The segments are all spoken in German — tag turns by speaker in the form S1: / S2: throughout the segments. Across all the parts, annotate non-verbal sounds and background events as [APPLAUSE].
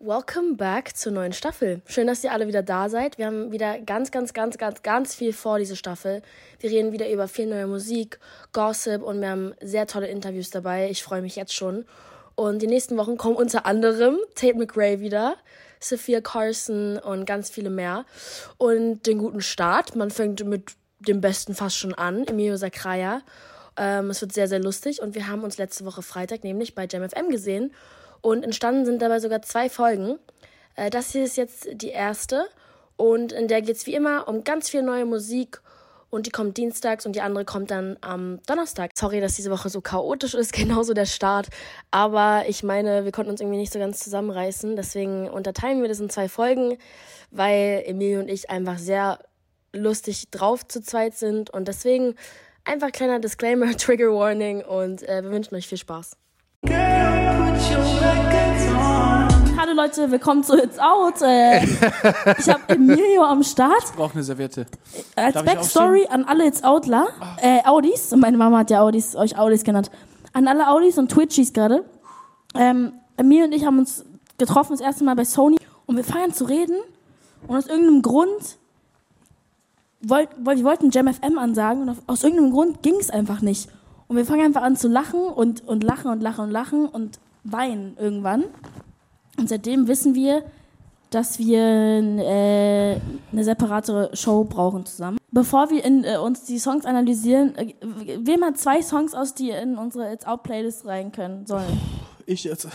S1: Welcome back zur neuen Staffel. Schön, dass ihr alle wieder da seid. Wir haben wieder ganz, ganz, ganz, ganz, ganz viel vor, diese Staffel. Wir reden wieder über viel neue Musik, Gossip und wir haben sehr tolle Interviews dabei. Ich freue mich jetzt schon. Und die nächsten Wochen kommen unter anderem Tate McRae wieder, Sophia Carson und ganz viele mehr. Und den guten Start. Man fängt mit dem Besten fast schon an, Emilio Sakraya. Ähm, es wird sehr, sehr lustig und wir haben uns letzte Woche Freitag nämlich bei JamFM gesehen und entstanden sind dabei sogar zwei Folgen. Äh, das hier ist jetzt die erste und in der geht es wie immer um ganz viel neue Musik und die kommt dienstags und die andere kommt dann am Donnerstag. Sorry, dass diese Woche so chaotisch ist, [LAUGHS] genauso der Start, aber ich meine, wir konnten uns irgendwie nicht so ganz zusammenreißen, deswegen unterteilen wir das in zwei Folgen, weil Emilio und ich einfach sehr lustig drauf zu zweit sind und deswegen einfach kleiner Disclaimer, [LAUGHS] Trigger Warning und äh, wir wünschen euch viel Spaß.
S2: Hallo Leute, willkommen zu It's
S1: [LAUGHS]
S2: Out. Äh, ich habe Emilio am Start.
S3: brauche eine ne Serviette.
S2: Als
S3: Darf ich Ah.
S2: Backstory Äh, an alle It's Outler, äh, Audis, und meine Mama hat ja Audis, euch Audis genannt. An alle Audis und Twitchies gerade. Ähm, Emilio und ich haben uns getroffen das erste Mal bei Sony und wir feiern zu reden und aus irgendeinem Grund wollt, wollt, wir wollten Jam FM ansagen und auf, aus irgendeinem Grund ging es einfach nicht. Und wir fangen einfach an zu lachen und, und lachen und lachen und lachen und weinen irgendwann. Und seitdem wissen wir, dass wir äh, eine separate Show brauchen zusammen. Bevor wir in, äh, uns die Songs analysieren, äh, wähl mal zwei Songs aus, die in unsere It's Out Playlist rein können sollen.
S3: Ich jetzt.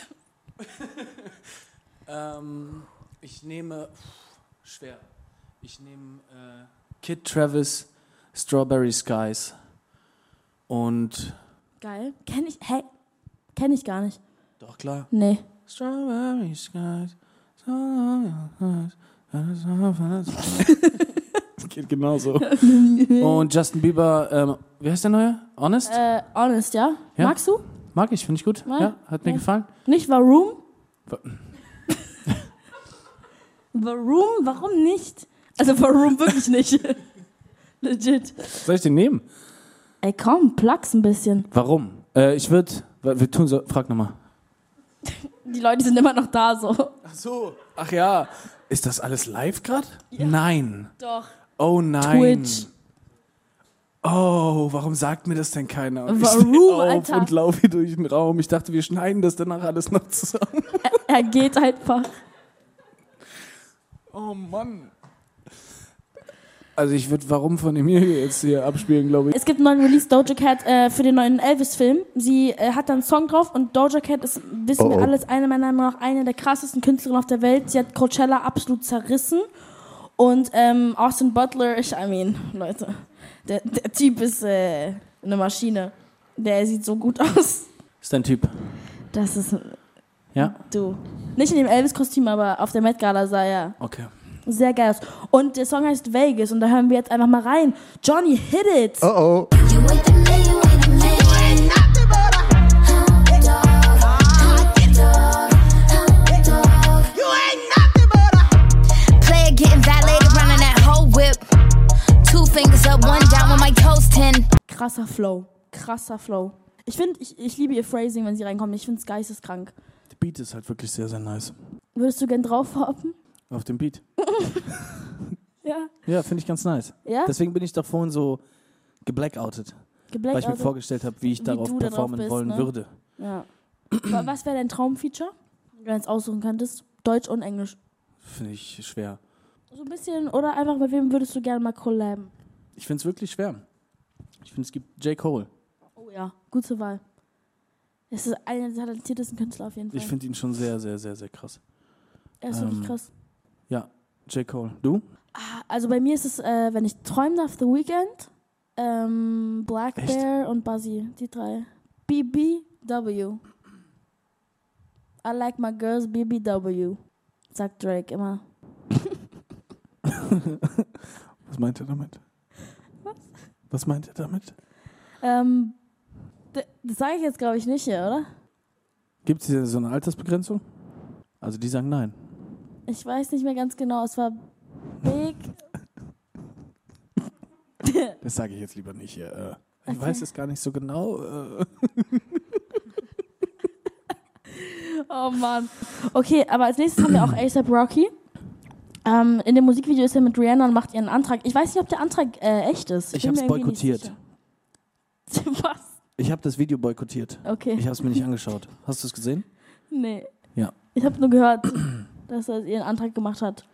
S3: [COUGHS] ähm, ich nehme. Pff, schwer. Ich nehme äh, Kid Travis, Strawberry Skies und.
S2: Geil. Kenn ich, hä? Kenn ich gar nicht.
S3: Doch klar.
S2: Nee.
S3: Strawberry Skies. Strawberry Skies. Geht genauso. Und Justin Bieber, ähm, wie heißt der neue? Honest?
S2: Äh, honest, ja?
S3: Ja.
S2: Magst du?
S3: Mag ich, finde ich gut.
S2: Nein.
S3: Ja, hat mir
S2: Ja.
S3: gefallen.
S2: Nicht Warum? [LAUGHS]
S3: Wa-
S2: Warum? Warum nicht? Also Warum wirklich nicht. [LAUGHS] Legit.
S3: Soll ich den nehmen?
S2: Ey, komm, plugs ein bisschen.
S3: Warum? Äh, ich würde. Wir tun so. Frag nochmal.
S2: Die Leute sind immer noch da so.
S3: Ach so. Ach ja. Ist das alles live gerade? Nein.
S2: Doch.
S3: Oh nein.
S2: Twitch.
S3: Oh, warum sagt mir das denn keiner? Und
S2: Warum,
S3: ich steh auf
S2: Alter?
S3: und laufe hier durch den Raum. Ich dachte, wir schneiden das danach alles noch
S2: [LAUGHS]
S3: zusammen.
S2: Er geht einfach.
S3: Oh Mann. Also ich würde Warum von Emilio jetzt hier abspielen, glaube ich.
S2: Es gibt einen neuen Release Doja Cat äh, für den neuen Elvis-Film. Sie äh, hat da einen Song drauf und Doja Cat ist, wissen
S3: Oh,
S2: wir alles, eine meiner Meinung nach eine der krassesten Künstlerinnen auf der Welt. Sie hat Coachella absolut zerrissen. Und ähm, Austin Butler, ich, I mean, Leute, der, der Typ ist äh, eine Maschine. Der sieht so gut [LAUGHS] aus.
S3: Ist dein Typ.
S2: Das ist
S3: Ja?
S2: du. Nicht in dem Elvis-Kostüm, aber auf der Met Gala sah er
S3: Okay.
S2: Sehr geil aus. Und der Song heißt Vegas und da hören wir jetzt einfach mal rein. Johnny, hit it!
S4: Uh oh.
S5: Player getting violated, running that whole whip. Two fingers up, one down with my toes ten.
S2: Krasser Flow. Krasser Flow. Ich finde, ich, ich liebe ihr Phrasing, wenn sie reinkommen. Ich finde es geisteskrank.
S3: Der Beat ist halt wirklich sehr, sehr nice.
S2: Würdest du gern draufhoppen?
S3: Auf dem Beat.
S2: [LAUGHS] Ja.
S3: Ja, finde ich ganz nice.
S2: Ja?
S3: Deswegen bin ich doch vorhin so geblackoutet, weil ich mir
S2: Geblackout.
S3: vorgestellt habe, wie ich
S2: Also, Wie
S3: darauf
S2: du darauf
S3: performen
S2: bist,
S3: wollen
S2: ne?
S3: würde.
S2: Ja. Wa- Was wäre dein Traumfeature, wenn du eins aussuchen könntest? Deutsch und Englisch.
S3: Finde ich schwer.
S2: So ein bisschen, oder einfach, mit wem würdest du gerne mal collaben?
S3: Ich finde es wirklich schwer. Ich finde, es gibt J. Cole.
S2: Oh ja, gute Wahl. Es ist einer der talentiertesten Künstler auf jeden Fall.
S3: Ich finde ihn schon sehr, sehr, sehr, sehr krass.
S2: er ist wirklich
S3: ähm,
S2: krass.
S3: Ja, J. Cole. Du?
S2: Also bei mir ist es, äh, wenn ich träumen darf, The Weeknd, ähm, Black
S3: Echt?
S2: Bear und Buzzy, die drei. BBW. I like my girls BBW, sagt Drake immer.
S3: Was meint er damit?
S2: Was?
S3: Was meint er damit?
S2: Ähm, d- das sage ich jetzt, glaube ich, nicht hier, oder?
S3: Gibt es hier so eine Altersbegrenzung? Also die sagen nein.
S2: Ich weiß nicht mehr ganz genau, es war Big.
S3: Das sage ich jetzt lieber nicht hier. Äh, ich
S2: Okay.
S3: weiß es gar nicht so genau. Äh,
S2: Oh Mann. Okay, aber als nächstes haben wir auch ASAP Rocky. Ähm, in dem Musikvideo ist er mit Rihanna und macht ihren Antrag. Ich weiß nicht, ob der Antrag äh, echt ist.
S3: Ich
S2: bin
S3: hab's
S2: mir irgendwie nicht
S3: boykottiert.
S2: sicher. [LAUGHS] Was?
S3: Ich habe das Video boykottiert.
S2: Okay.
S3: Ich habe es mir nicht angeschaut. Hast du es gesehen?
S2: nee.
S3: Ja.
S2: Ich habe nur gehört, dass er ihren Antrag gemacht hat.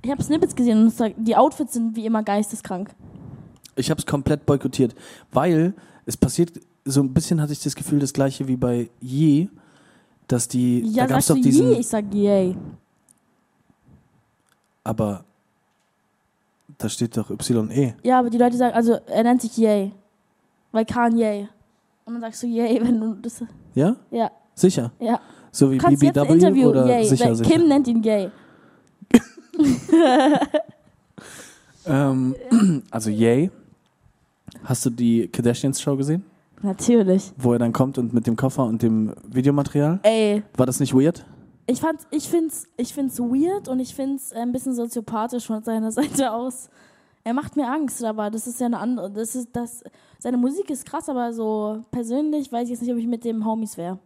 S2: Ich habe Snippets gesehen und es sagt, die Outfits sind wie immer geisteskrank.
S3: Ich habe es komplett boykottiert, weil es passiert, so ein bisschen hatte ich das Gefühl, das gleiche wie bei Ye, dass die,
S2: Ja,
S3: da gab es
S2: sagst du
S3: doch diesen,
S2: je, ich sag yay.
S3: aber da steht doch E, YE.
S2: Ja, aber die Leute sagen, also er nennt sich yay. Weil Kanye. Und dann sagst du yay, wenn du das.
S3: Ja?
S2: Ja,
S3: Sicher.
S2: ja.
S3: So wie
S2: Kannst jetzt ein
S3: BBW
S2: Interview,
S3: oder
S2: yay.
S3: sicher,
S2: Weil
S3: sicher.
S2: Kim nennt ihn gay.
S3: Ähm, [CLEARS THROAT] also Ye. Hast du die Kardashians-Show gesehen?
S2: Natürlich.
S3: Wo er dann kommt und mit dem Koffer und dem Videomaterial?
S2: Ey,
S3: War das nicht weird?
S2: ich fand's, ich find's, ich find's weird und ich find's äh, ein bisschen soziopathisch von seiner [LAUGHS] Seite aus. Er macht mir Angst, aber das ist ja eine andere, das ist das, seine Musik ist krass, aber so persönlich weiß ich jetzt nicht, ob ich mit dem Homies wäre.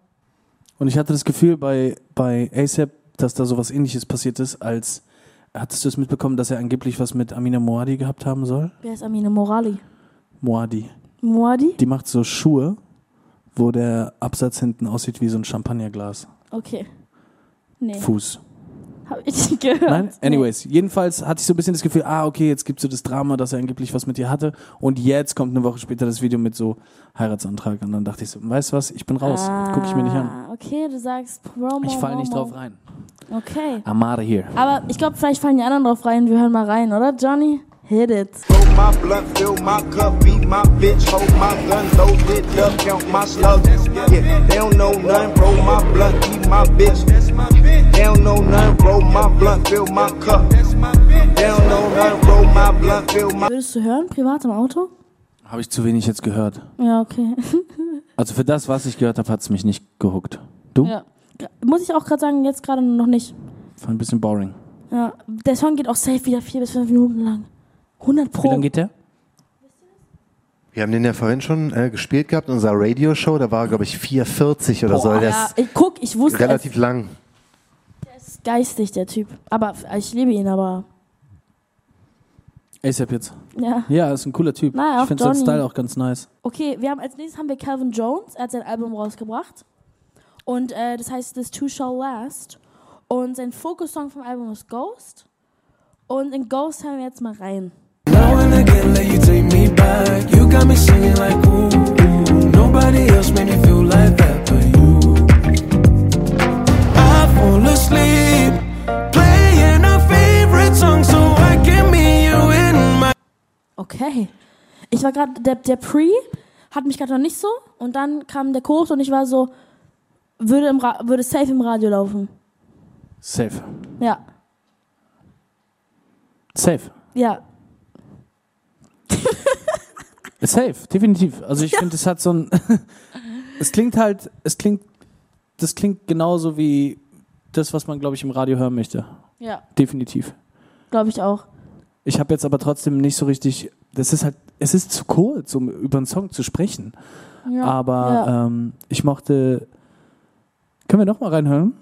S3: Und ich hatte das Gefühl bei, bei ASAP, dass da sowas ähnliches passiert ist, als hattest du es mitbekommen, dass er angeblich was mit Amina Moadi gehabt haben soll?
S2: Wer ist Amine Morali?
S3: Moadi.
S2: Moadi?
S3: Die macht so Schuhe, wo der Absatz hinten aussieht wie so ein Champagnerglas.
S2: Okay. Nee,
S3: Fuß.
S2: hab ich nicht gehört.
S3: Nein? Anyways, jedenfalls hatte ich so ein bisschen das Gefühl, ah, okay, jetzt gibt es so das Drama, dass er angeblich was mit ihr hatte. Und jetzt kommt eine Woche später das Video mit so Heiratsantrag. Und dann dachte ich so, weißt du was, ich bin raus. Guck ich mir nicht an.
S2: Ah, Okay, du sagst Promo.
S3: Ich falle nicht
S2: Momo.
S3: drauf rein.
S2: Okay.
S3: I'm out of here.
S2: Aber ich glaube, vielleicht fallen die anderen drauf rein. Wir hören mal rein, oder, Johnny? Hit it.
S4: Roll my blunt, fill my cup, beat my bitch, hold my gun, load it up, count my slugs. Yeah, they don't know none, roll my blunt, keep my bitch. They don't know none, roll my blunt, fill my cup. They don't know none, roll my blunt, fill my
S2: Würdest du hören, privat im Auto?
S3: Habe ich zu wenig jetzt gehört.
S2: Ja, okay.
S3: Also für das, was ich gehört habe, hat es mich nicht gehuckt. Du?
S2: ja. Gra- Muss ich auch gerade sagen, jetzt gerade noch nicht.
S3: Fand ein bisschen boring.
S2: Ja. Der Song geht auch safe wieder vier bis fünf Minuten lang. 100 Pro.
S3: Wie lange geht der?
S6: Wir haben den ja vorhin schon äh, gespielt gehabt in unserer Radioshow. Da war, glaube ich, 4,40 oder so. Der
S2: Ah, ja,
S6: ist
S2: ich guck, ich wusste,
S6: relativ lang.
S2: es ist geistig, der Typ. Aber f- ich liebe ihn, aber
S3: ASAP jetzt.
S2: ja.
S3: Ja, ist ein cooler Typ.
S2: Naja, auch
S3: ich finde seinen
S2: Johnny.
S3: Style auch ganz nice.
S2: Okay, wir haben als nächstes haben wir Calvin Jones. Er hat sein Album rausgebracht. Und äh, das heißt This Too Shall Last. Und sein Fokus-Song vom Album ist Ghost. Und in Ghost hören wir jetzt mal rein.
S7: Now and again, let you take me back. You got me singing like ooh, ooh. Nobody else made me feel like that but you. I fall asleep playing our favorite song, so I can meet you in my.
S2: Okay. Ich war gerade, der, der Pre hat mich gerade noch nicht so und dann kam der Chorus und ich war so, würde, im Ra würde safe im Radio laufen.
S3: Safe.
S2: Ja,
S3: Safe.
S2: ja.
S3: Safe, definitiv. Also ich
S2: [LAUGHS]
S3: finde, es hat so ein. [LAUGHS] es klingt halt, es klingt, das klingt genauso wie das, was man, glaube ich, im Radio hören möchte.
S2: Ja.
S3: Definitiv.
S2: Glaube ich auch.
S3: Ich habe jetzt aber trotzdem nicht so richtig. Das ist halt, es ist zu kurz, um über einen Song zu sprechen.
S2: Ja.
S3: aber
S6: äh,
S2: ja.
S3: ähm, ich mochte. Können wir noch mal reinhören?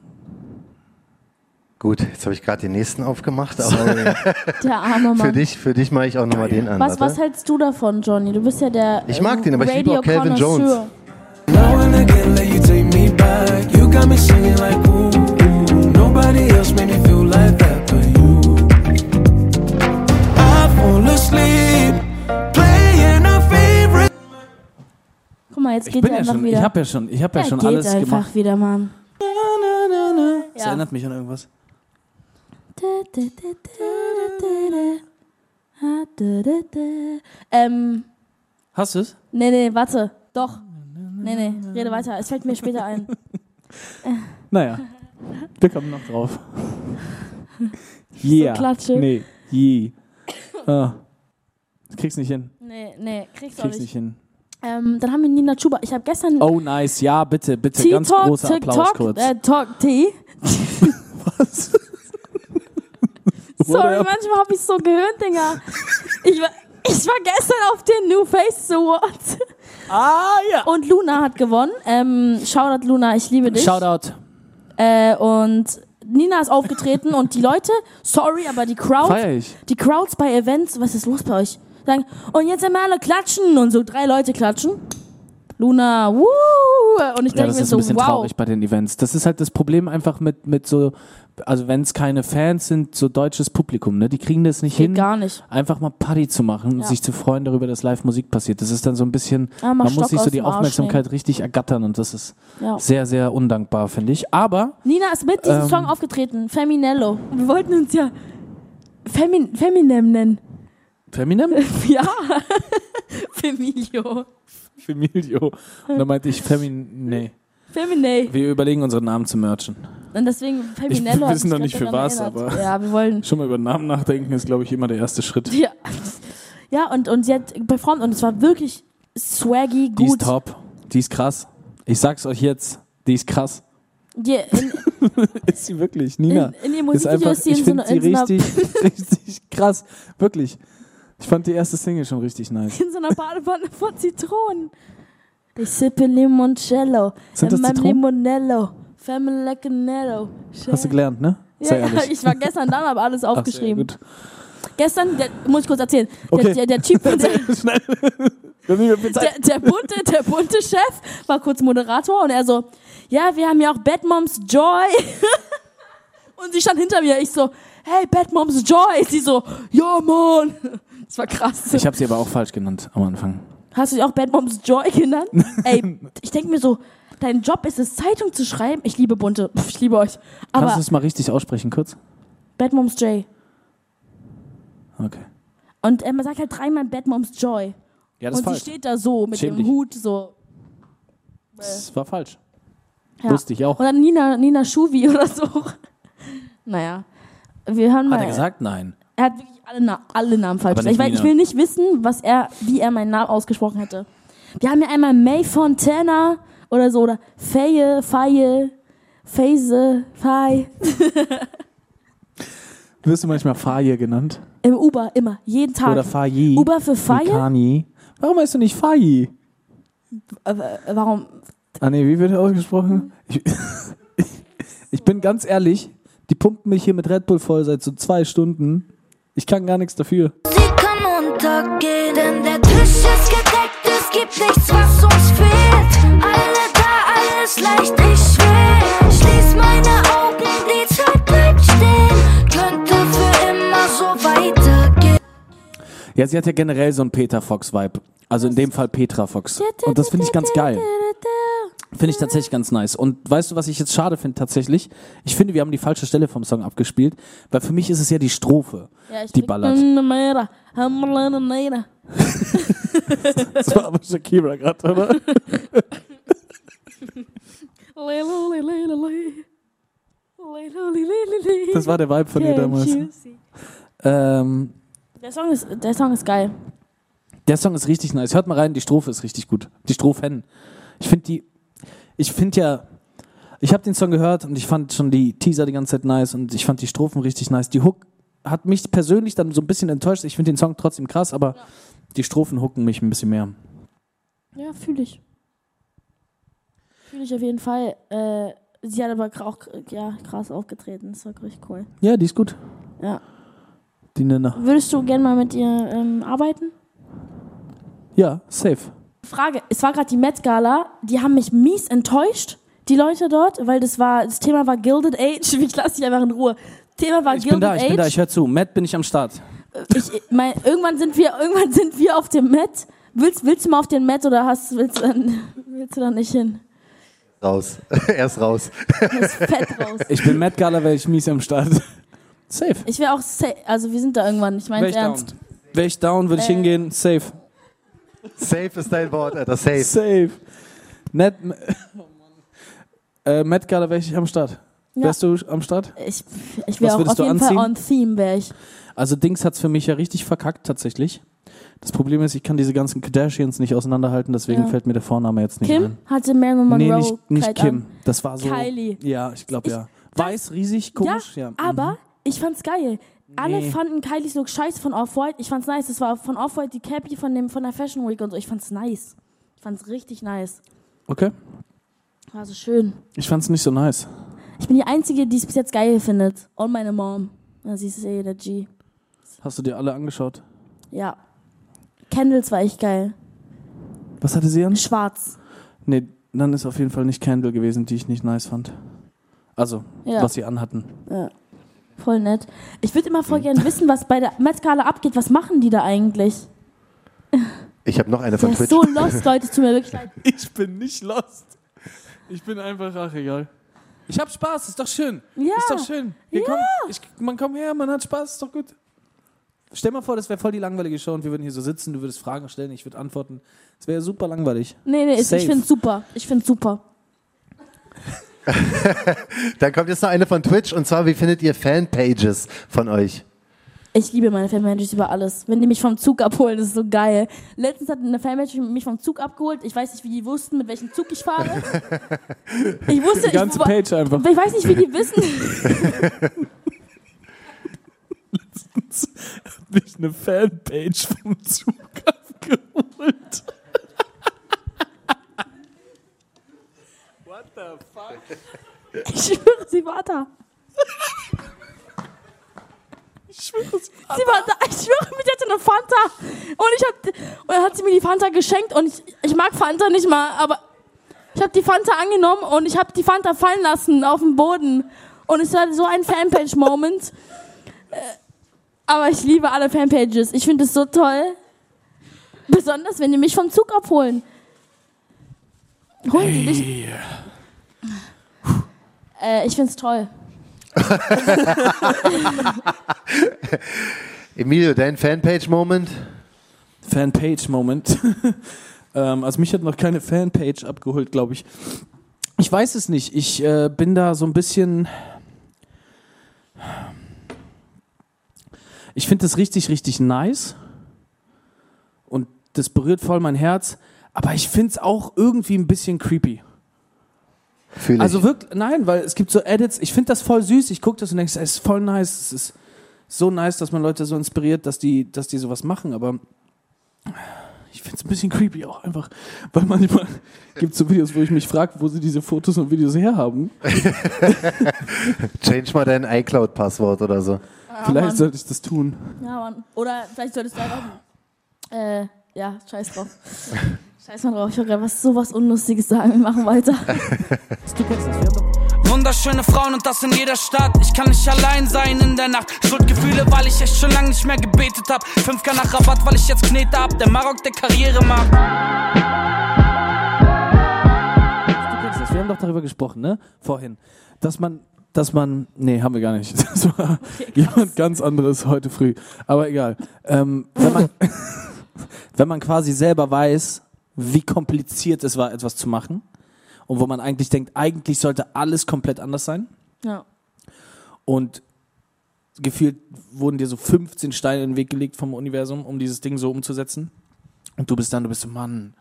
S6: Gut, jetzt habe ich gerade den nächsten aufgemacht. Aber
S2: der arme
S6: [LAUGHS] für
S2: Mann.
S6: dich, für dich mache ich auch nochmal den an.
S2: Was, was
S6: warte.
S2: hältst du davon, Johnny? Du bist ja der.
S6: Ich mag
S2: äh,
S6: den, aber ich liebe auch Calvin
S2: Radio-Connoisseur.
S6: Jones.
S7: Now and again, let you take me back. You got me singing like ooh, ooh. Nobody else made me feel like that but you. I fall asleep playing our favorite.
S2: Guck mal, jetzt
S3: Ich
S2: geht
S3: bin
S2: er
S3: ja
S2: einfach
S3: schon,
S2: wieder.
S3: ich habe ja schon, ich habe ja,
S2: er
S3: schon
S2: geht
S3: alles
S2: einfach
S3: gemacht.
S2: wieder, Mann.
S3: Das
S2: Ja.
S3: erinnert mich an irgendwas.
S2: Da, da, da, da, da, da. Ah, da, da, da. Ähm,
S3: Hast du es?
S2: nee, nee, warte. Doch. Nee, nee, rede weiter. Es fällt mir später ein.
S3: Naja, wir kommen noch
S2: [LAUGHS]
S3: drauf. Yeah.
S2: Klatsche.
S3: Nee, je. Ah. Krieg's nicht hin.
S2: Nee, nee, kriegst du auch
S3: Krieg's
S2: nicht.
S3: nicht hin.
S2: Ähm, dann haben wir Nina Chuba. Ich habe gestern
S3: Oh, nice. Ja, bitte, bitte. Ganz
S2: T-Talk,
S3: großer Applaus
S2: TikTok,
S3: kurz.
S2: äh,
S3: [LAUGHS]
S2: Talk T. Sorry,
S3: up?
S2: manchmal habe ich so gehört,
S3: [LAUGHS]
S2: Digga. Ich war, ich war gestern auf den New Face Awards.
S3: ah, ja.
S2: Und Luna hat gewonnen. Ähm, Shoutout Luna, ich liebe dich.
S3: Shoutout.
S2: Äh, und Nina ist aufgetreten und die Leute, sorry, aber die Crowd,
S3: Feier ich.
S2: die Crowds bei Events, was ist los bei euch? Sagen, und jetzt einmal alle klatschen und so drei Leute klatschen. Luna, wuh! Und ich
S3: Ja,
S2: denke
S3: das
S2: mir
S3: ist
S2: so,
S3: ein bisschen
S2: wow.
S3: traurig bei den Events. Das ist halt das Problem einfach mit, mit so, also wenn es keine Fans sind, so deutsches Publikum, ne? Die kriegen das nicht
S2: Geht
S3: hin.
S2: gar nicht.
S3: Einfach mal Party zu machen und
S2: Ja.
S3: sich zu freuen darüber, dass Live-Musik passiert. Das ist dann so ein bisschen,
S2: Ja, mal
S3: man
S2: Stock
S3: muss sich
S2: aus
S3: so die
S2: dem Arsch
S3: Aufmerksamkeit richtig ergattern und das ist
S2: Ja.
S3: sehr, sehr undankbar, finde ich. Aber
S2: Nina ist mit diesem
S3: Ähm.
S2: Song aufgetreten, Feminello. Wir wollten uns ja Femin Feminem nennen. [LAUGHS]
S3: Feminem?
S2: Ja. Femilio.
S3: Femilio. Und dann meinte ich Femin, nee.
S2: Feminay.
S3: Wir überlegen, unseren Namen zu merchen.
S2: Und deswegen Feminello.
S3: Wir
S2: hat
S3: wissen
S2: mich
S3: noch
S2: grad
S3: nicht, für
S2: daran
S3: was,
S2: erinnert.
S3: aber-
S2: Ja, wir wollen. [LAUGHS]
S3: Schon mal über den Namen nachdenken ist, glaube ich, immer der erste Schritt.
S2: Ja. Ja, und, und sie hat performt und es war wirklich swaggy,
S3: Die ist
S2: gut.
S3: top. Die ist krass. Ich sag's euch jetzt. Die ist krass.
S2: Die, in,
S3: Ist sie wirklich, Nina.
S2: in, in ihrem Musikvideo ist sie in
S3: ich
S2: so, einer-
S3: finde sie
S2: in, so einer,
S3: richtig, [LAUGHS] richtig krass. Wirklich. Ich fand die erste Single schon richtig nice.
S2: in so einer Badewanne von Zitronen. Ich sippe Limoncello.
S3: Sind
S2: in
S3: das
S2: meinem
S3: Zitronen?
S2: Limonello. Familecanello.
S3: Hast du gelernt, ne?
S2: Ja, ja, [LAUGHS] ich war gestern da und habe alles
S3: Ach, sehr
S2: aufgeschrieben.
S3: gut. [LAUGHS]
S2: gestern, der, muss ich kurz erzählen,
S3: Okay.
S2: der, der,
S3: [LAUGHS]
S2: der Typ, der,
S3: Schnell. Wir haben nicht mehr viel Zeit.
S2: der, der, bunte, der bunte Chef war kurz Moderator und er so, ja, wir haben ja auch Bad Moms Joy. [LAUGHS] und sie stand hinter mir. Ich so, hey, Bad Moms Joy. Sie so, ja, Mann. [LAUGHS] Das war krass.
S3: Ich habe sie aber auch falsch genannt am Anfang.
S2: Hast du dich auch Bad Moms Joy
S3: [LAUGHS]
S2: genannt? Ey, ich denke mir so, dein Job ist es, Zeitung zu schreiben. Ich liebe bunte, Pff, ich liebe euch.
S3: Kannst du
S2: Aber
S3: es mal richtig aussprechen, kurz?
S2: Bad Moms Joy.
S3: Okay.
S2: Und äh, man sagt halt dreimal Bad Moms Joy.
S3: Ja, das
S2: Und
S3: ist falsch.
S2: sie steht da so mit
S3: Schäm
S2: ihrem
S3: dich.
S2: Hut so.
S3: Das war falsch.
S2: Ja.
S3: Wusste ich auch.
S2: Oder Nina, Nina Schuvi [LAUGHS] oder so. Naja. Wir hören mal.
S3: Hat er gesagt? Nein.
S2: Er hat wirklich alle, Na alle Namen falsch
S3: Aber
S2: gesagt.
S3: nicht
S2: Ich, weiß, ich
S3: Nina.
S2: will nicht wissen, was er, wie er meinen Namen ausgesprochen hätte. Wir haben ja einmal May Fontana oder so oder Faye, Faye, Phase, Faye.
S3: Wirst du manchmal Faye genannt?
S2: Im Uber, immer, jeden Tag.
S3: Oder Faye?
S2: Uber für Faye?
S3: Kani. Warum heißt du nicht Faye?
S2: Äh, warum?
S3: Ah nee, wie wird er ausgesprochen? Ich, [LAUGHS] ich bin ganz ehrlich, die pumpen mich hier mit Red Bull voll seit so zwei Stunden. Ich kann gar nichts dafür.
S8: Sie kann untergehen, denn der Tisch ist gedeckt, es gibt nichts, was uns fehlt. Alle da, alles leicht, ich schwer. Schließ meine Augen, die Zeit bleibt stehen. Könnte für immer so weitergehen.
S3: Ja, sie hat ja generell so einen Peter Fox-Vibe. Also in dem Fall Petra Fox. Und das finde ich ganz geil. Finde ich tatsächlich ganz nice. Und weißt du, was ich jetzt schade finde tatsächlich? Ich finde, wir haben die falsche Stelle vom Song abgespielt, weil für mich ist es ja die Strophe,
S2: Ja, ich
S3: die
S2: krieg-
S3: ballert.
S2: [LAUGHS]
S3: Das war aber Shakira gerade, oder? Das war der Vibe von ihr damals. Ähm,
S2: Der Song ist, der Song ist geil.
S3: Der Song ist richtig nice. Hört mal rein, die Strophe ist richtig gut. Die Strophen. Ich finde die. Ich finde ja. Ich habe den Song gehört und ich fand schon die Teaser die ganze Zeit nice und ich fand die Strophen richtig nice. Die Hook hat mich persönlich dann so ein bisschen enttäuscht. Ich finde den Song trotzdem krass, aber die Strophen hooken mich ein bisschen mehr.
S2: Ja, fühle ich. Fühle ich auf jeden Fall. Äh, sie hat aber gra- auch ja, krass aufgetreten. Das war richtig cool.
S3: Ja, die ist gut.
S2: Ja.
S3: Die Nina.
S2: Würdest du gerne mal mit ihr ähm, arbeiten?
S3: Ja, safe.
S2: Frage, es war gerade die Met Gala, die haben mich mies enttäuscht, die Leute dort, weil das war das Thema war Gilded Age, [LAUGHS] ich lasse dich einfach in Ruhe. Thema war
S3: Ich bin
S2: Gilded
S3: da, ich bin da,
S2: Age.
S3: ich höre zu. Matt bin ich am Start.
S2: Ich, ich mein, irgendwann sind wir irgendwann sind wir auf dem Met. Willst, willst du mal auf den Met oder hast willst, du dann, willst du da nicht hin?
S6: Raus. [LAUGHS] er ist raus.
S2: Das ist fett raus.
S3: Ich bin Matt Gala, wäre ich mies am Start. [LAUGHS] Safe.
S2: Ich wäre auch sa- also wir sind da irgendwann, ich meine
S3: Wäre ich down.
S2: ernst. Äh.
S3: Wäre ich down, würde ich hingehen. Safe.
S6: Safe ist dein Wort, Alter. Safe.
S3: Safe. Net, oh Mann. [LAUGHS] Äh, Matt Gala wäre ich am Start.
S2: Ja.
S3: Wärst du am Start?
S2: Ich, ich wäre
S3: Was
S2: auch
S3: würdest
S2: auf
S3: du
S2: jeden
S3: anziehen?
S2: Fall on theme wäre ich.
S3: Also Dings hat's für mich ja richtig verkackt tatsächlich. Das Problem ist, ich kann diese ganzen Kardashians nicht auseinanderhalten, deswegen
S2: Ja.
S3: fällt mir der Vorname jetzt nicht
S2: Kim
S3: ein.
S2: hatte Marilyn Monroe
S3: nee, nicht, nicht
S2: Kleid
S3: Kim.
S2: an.
S3: Das war so.
S2: Kylie.
S3: Ja, ich glaube ja. Weiß, riesig, komisch. Ja, mhm.
S2: Ja, aber ich fand's geil. Alle
S3: Nee.
S2: fanden Kylie's Look scheiße von Off-White. Ich fand's nice. Das war von Off-White die Cappy von, dem, von der Fashion Week und so. Ich fand's nice. Ich fand's richtig nice.
S3: Mhm. Okay.
S2: War so schön.
S3: Ich fand's nicht so nice.
S2: Ich bin die Einzige, die es bis jetzt geil findet. Und meine Mom. Ja, sie ist eh der G.
S3: Hast du dir alle angeschaut?
S2: Ja. Candles war echt geil.
S3: Was hatte sie an?
S2: Schwarz.
S3: Nee, dann ist auf jeden Fall nicht Candle gewesen, die ich nicht nice fand. Also,
S2: Ja.
S3: was sie anhatten.
S2: Voll nett. Ich würde immer voll
S3: Mhm.
S2: gern wissen, was bei der Metzgala abgeht. Was machen die da eigentlich?
S6: Ich habe noch eine
S2: Der
S6: von
S2: ist
S6: Twitch.
S2: so lost, Leute. Tut mir wirklich leid.
S3: Ich bin nicht lost. Ich bin einfach, ach egal. Ich hab Spaß, ist doch schön.
S2: Ja.
S3: Ist doch schön. Wir kommen, ich, man kommt her, man hat Spaß, ist doch gut. Stell mal vor, das wäre voll die langweilige Show und wir würden hier so sitzen, du würdest Fragen stellen, ich würde antworten. Das wäre super langweilig.
S2: Nee, nee, ich,
S3: Safe.
S2: ich find's super. Ich find's super.
S6: Da kommt jetzt noch eine von Twitch und zwar, wie findet ihr Fanpages von euch?
S2: Ich liebe meine Fanmatches über alles. Wenn die mich vom Zug abholen, das ist so geil. Letztens hat eine Fanmatch mich vom Zug abgeholt. Ich weiß nicht, wie die wussten, mit welchem Zug ich
S3: [LAUGHS]
S2: fahre. Ich wusste,
S3: Die ganze
S2: ich,
S3: Page einfach. [LAUGHS]
S2: ich weiß nicht, wie die wissen. [LAUGHS]
S3: mich eine Fanpage vom Zug abgeholt.
S2: Ich schwöre, sie war da.
S3: Ich schwöre es.
S2: Sie war da. Ich schwöre, mit hatte eine Fanta. Und ich hab, und dann hat sie mir die Fanta geschenkt und ich, ich mag Fanta nicht mal, aber ich habe die Fanta angenommen und ich habe die Fanta fallen lassen auf dem Boden. Und es war so ein Fanpage-Moment. Äh, Aber ich liebe alle Fanpages. Ich finde es so toll. Besonders, wenn die mich vom Zug abholen. Holen sie dich. Äh, ich finde es toll.
S6: Emilio, dein Fanpage-Moment?
S3: Fanpage-Moment. [LAUGHS] ähm, also mich hat noch keine Fanpage abgeholt, glaube ich. Ich weiß es nicht. Ich äh, bin da so ein bisschen. Ich finde das richtig, richtig nice. Und das berührt voll mein Herz. Aber ich finde es auch irgendwie ein bisschen creepy.
S6: Fühl ich.
S3: Also wirklich, nein, weil es gibt so Edits, ich finde das voll süß, ich gucke das und denke, es ist voll nice, es ist so nice, dass man Leute so inspiriert, dass die, dass die sowas machen, aber ich finde es ein bisschen creepy auch einfach, weil manchmal [LAUGHS] gibt es so Videos, wo ich mich frage, wo sie diese Fotos und Videos herhaben.
S6: Change mal dein iCloud-Passwort oder so.
S3: Vielleicht
S2: Mann.
S3: sollte ich das tun.
S2: Ja, Mann. Oder vielleicht solltest du einfach. Äh, ja, scheiß
S3: [LAUGHS]
S2: drauf. scheiß mal drauf. Ich wollte gerade was sowas Unlustiges sagen. Wir machen
S3: [LAUGHS]
S2: weiter.
S9: Wunderschöne Frauen und das in jeder Stadt. Ich kann nicht allein sein in der Nacht. Schuldgefühle, weil ich echt schon lang nicht mehr gebetet hab. 5K nach Rabatt, weil ich jetzt Knete hab. Der Marok, der Karriere macht.
S3: Wir haben doch darüber gesprochen, ne? Vorhin. Dass man, dass man, nee, haben wir gar nicht. [LAUGHS] Das war jemand ganz anderes heute früh. Aber egal. Ähm, wenn, man, [LAUGHS] wenn man quasi selber weiß, wie kompliziert es war, etwas zu machen und wo man eigentlich denkt, eigentlich sollte alles komplett anders sein
S2: Ja.
S3: und gefühlt wurden dir so 15 Steine in den Weg gelegt vom Universum, um dieses Ding so umzusetzen. Und du bist dann, du bist so, Mann,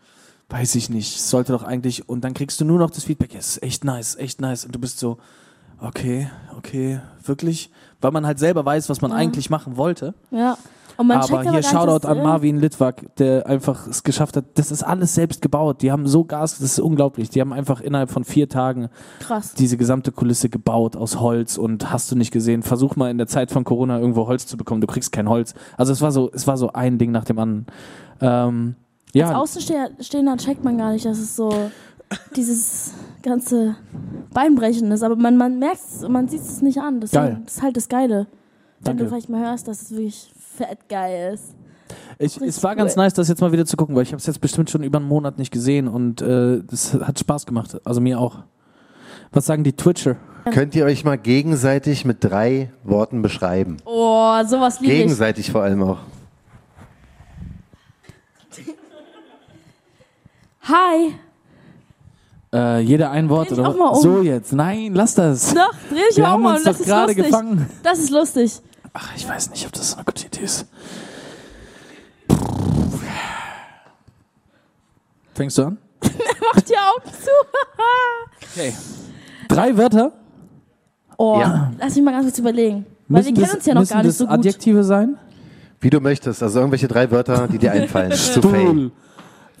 S3: weiß ich nicht, es sollte doch eigentlich. Und dann kriegst du nur noch das Feedback, es ist echt nice, echt nice. Und du bist so, okay, okay, wirklich? Weil man halt selber weiß, was man eigentlich machen wollte.
S2: Ja. Und man checkt
S3: aber hier
S2: gar nicht,
S3: Shoutout
S2: dass- äh,
S3: an
S2: ja.
S3: Marvin Litwak, der einfach es geschafft hat. Das ist alles selbst gebaut. Die haben so Gas, das ist unglaublich. Die haben einfach innerhalb von vier Tagen
S2: Krass.
S3: diese gesamte Kulisse gebaut aus Holz und hast du nicht gesehen. Versuch mal in der Zeit von Corona irgendwo Holz zu bekommen. Du kriegst kein Holz. Also es war so, es war so ein Ding nach dem anderen. Ähm,
S2: Als
S3: ja,
S2: Außenstehender checkt man gar nicht, dass es so dieses ganze Beinbrechen ist. Aber man, man merkt es, man sieht es nicht an. Das,
S3: Geil.
S2: das ist halt das Geile. Wenn du
S3: danke.
S2: vielleicht mal hörst, dass es wirklich fett geil ist.
S3: Ich, es
S2: richtig
S3: war ganz
S2: cool.
S3: nice, das jetzt mal wieder zu gucken, weil ich habe es jetzt bestimmt schon über einen Monat nicht gesehen und äh, das hat Spaß gemacht. Also mir auch. Was sagen die Twitcher?
S6: Könnt ihr euch mal gegenseitig mit drei Worten beschreiben?
S2: Oh, sowas liebe ich.
S6: Gegenseitig vor allem auch.
S2: Hi.
S3: Äh, jeder ein Wort
S2: Dreh dich
S3: oder
S2: auch mal um.
S3: so jetzt? Nein, lass das.
S2: Doch, dreh dich
S3: Wir
S2: auch
S3: haben
S2: mal
S3: uns
S2: und das
S3: doch
S2: ist
S3: gerade
S2: lustig.
S3: gefangen.
S2: Das ist lustig.
S3: Ach, ich weiß nicht, ob das eine gute Idee ist. Fängst du an?
S2: Macht die Augen zu.
S3: Okay. Drei Wörter.
S2: Oh,
S6: Ja.
S2: lass mich mal ganz kurz überlegen. Weil wir kennen uns ja noch
S3: müssen
S2: gar nicht
S3: das
S2: so gut.
S3: Adjektive sein?
S6: Wie du möchtest, also irgendwelche drei Wörter, die dir einfallen. zu Faye.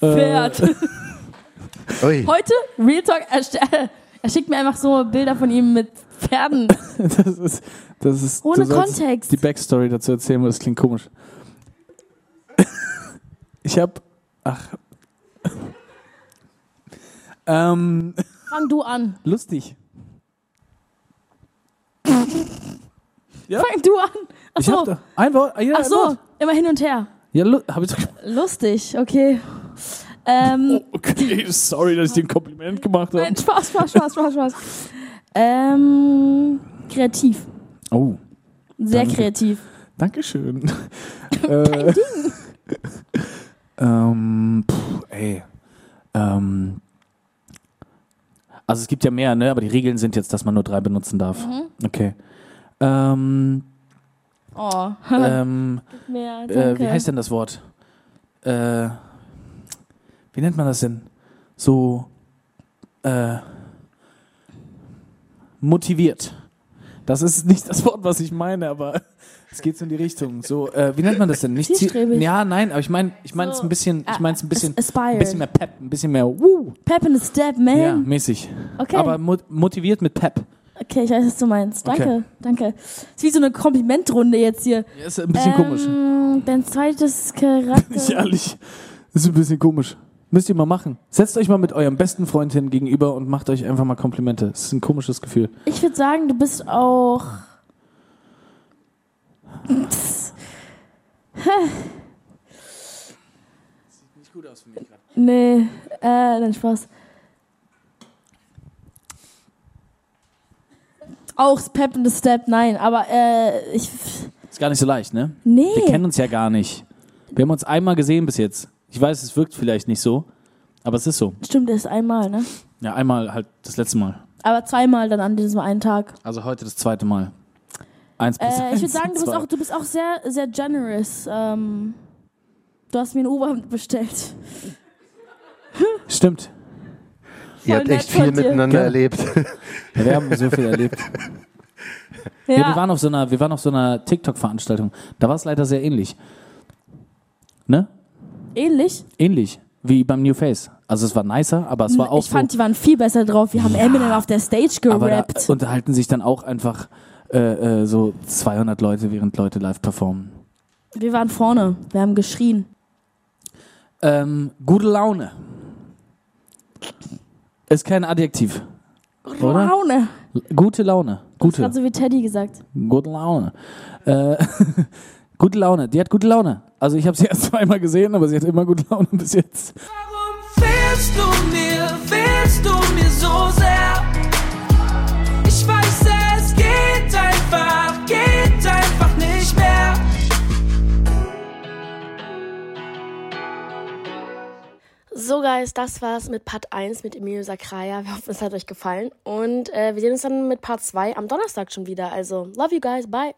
S3: Äh,
S2: Pferd.
S3: [LAUGHS]
S6: Ui.
S2: Heute Real Talk erst- äh, Er schickt mir einfach so Bilder von ihm mit Pferden.
S3: Das ist, das ist,
S2: Ohne
S3: du sollst
S2: Kontext.
S3: Die Backstory dazu erzählen, weil das klingt komisch. [LAUGHS] Ich habe, ach, [LAUGHS] ähm,
S2: Fang du an.
S3: lustig. Ja.
S2: Fang du an. Ach
S3: Ich hab
S2: so.
S3: da ein Wort, ja,
S2: Ach
S3: ein
S2: so,
S3: Wort.
S2: immer hin und her.
S3: Ja, lu- hab ich doch, [LAUGHS] Oh,
S2: Lustig, okay. Ähm,
S3: okay, sorry, dass ich dir ein Kompliment gemacht habe.
S2: nein, Spaß, Spaß, Spaß, Spaß, Spaß. Ähm, kreativ.
S3: Oh,
S2: Sehr
S3: Danke.
S2: kreativ.
S3: Dankeschön. Kein Ding. [LAUGHS] ähm, pff, ey. Ähm, also es gibt ja mehr, ne? Aber die Regeln sind jetzt, dass man nur drei benutzen darf. Okay. Ähm,
S2: Oh,
S3: ähm,
S2: mehr.
S3: äh,
S2: Danke.
S3: wie heißt denn das Wort? Äh, wie nennt man das denn? So äh, motiviert. Das ist nicht das Wort, was ich meine, aber [LAUGHS] es geht so in die Richtung. So, äh, wie nennt man das denn? Nicht ziel-
S2: Zielstrebig.
S3: Ja, nein, aber ich meine, ich meine es
S2: So, ah,
S3: ein bisschen, ich meine es ein bisschen,
S2: as- aspired.
S3: ein bisschen mehr Pep, ein bisschen mehr Woo,
S2: Pep in the Step,
S3: ja,
S2: man.
S3: mäßig.
S2: Ähm, okay.
S3: Aber mo motiviert mit Pep.
S2: okay, ich weiß, was du meinst. Danke,
S3: Okay.
S2: danke. Ist wie so eine Komplimentrunde jetzt hier.
S3: Ja, ist ein bisschen
S2: ähm,
S3: komisch.
S2: Dein zweites Charakter.
S3: [LAUGHS] Nicht ehrlich. Das ist ein bisschen komisch. Müsst ihr mal machen. Setzt euch mal mit eurem besten Freund hin gegenüber und macht euch einfach mal Komplimente. Es ist ein komisches Gefühl.
S2: Ich würde sagen, du bist auch. Psst. Hä? Nee, äh, nein, Spaß. Auch Pep in the Step, nein, aber äh, ich.
S3: Ist gar nicht so leicht, ne?
S2: Nee.
S3: Wir kennen uns ja gar nicht. Wir haben uns einmal gesehen bis jetzt. Ich weiß, es wirkt vielleicht nicht so, aber es ist so.
S2: Stimmt, erst einmal, ne?
S3: Ja, einmal halt das letzte Mal.
S2: Aber zweimal dann an diesem einen Tag.
S3: Also heute das zweite Mal. Eins bis
S2: Äh, ich würde
S3: eins,
S2: sagen, du bist,
S3: zwei.
S2: auch, du bist auch sehr, sehr generous. Ähm, du hast mir ein Oberhemd bestellt.
S3: Stimmt.
S6: Ihr habt
S2: nett
S6: echt
S2: von
S6: viel
S2: dir.
S6: miteinander
S3: Ja.
S6: erlebt.
S3: Ja, wir haben so
S2: [LAUGHS]
S3: viel erlebt.
S2: Ja,
S3: Ja, wir waren auf so einer, wir waren auf so einer TikTok-Veranstaltung. Da war es leider sehr ähnlich. Ne?
S2: ähnlich.
S3: ähnlich wie beim New Face. Also es war nicer, aber es war auch
S2: ich fand, die waren viel besser drauf. Wir haben Eminem auf der Stage
S3: so, aber da
S2: gerappt.
S3: unterhalten sich dann auch einfach äh, äh, so 200 Leute, während Leute live performen.
S2: Wir waren vorne. Wir haben geschrien.
S3: Ähm, gute Laune. Ist kein Adjektiv. Oder?
S2: Laune.
S3: L- Gute Laune. Gute.
S2: Gerade so wie Teddy gesagt.
S3: Gute Laune. Äh, [LAUGHS] gute Laune. Die hat gute Laune. Also ich habe sie erst [LAUGHS] zweimal gesehen, aber sie hat immer gute Laune bis jetzt.
S7: Warum fehlst du mir, fehlst du mir so sehr? Ich weiß, es geht einfach, geht einfach nicht mehr.
S1: So, Guys, das war's mit Part 1 mit Emilio Sakraya. Wir hoffen, es hat euch gefallen. Und äh, wir sehen uns dann mit Part 2 am Donnerstag schon wieder. Also, love you guys. Bye.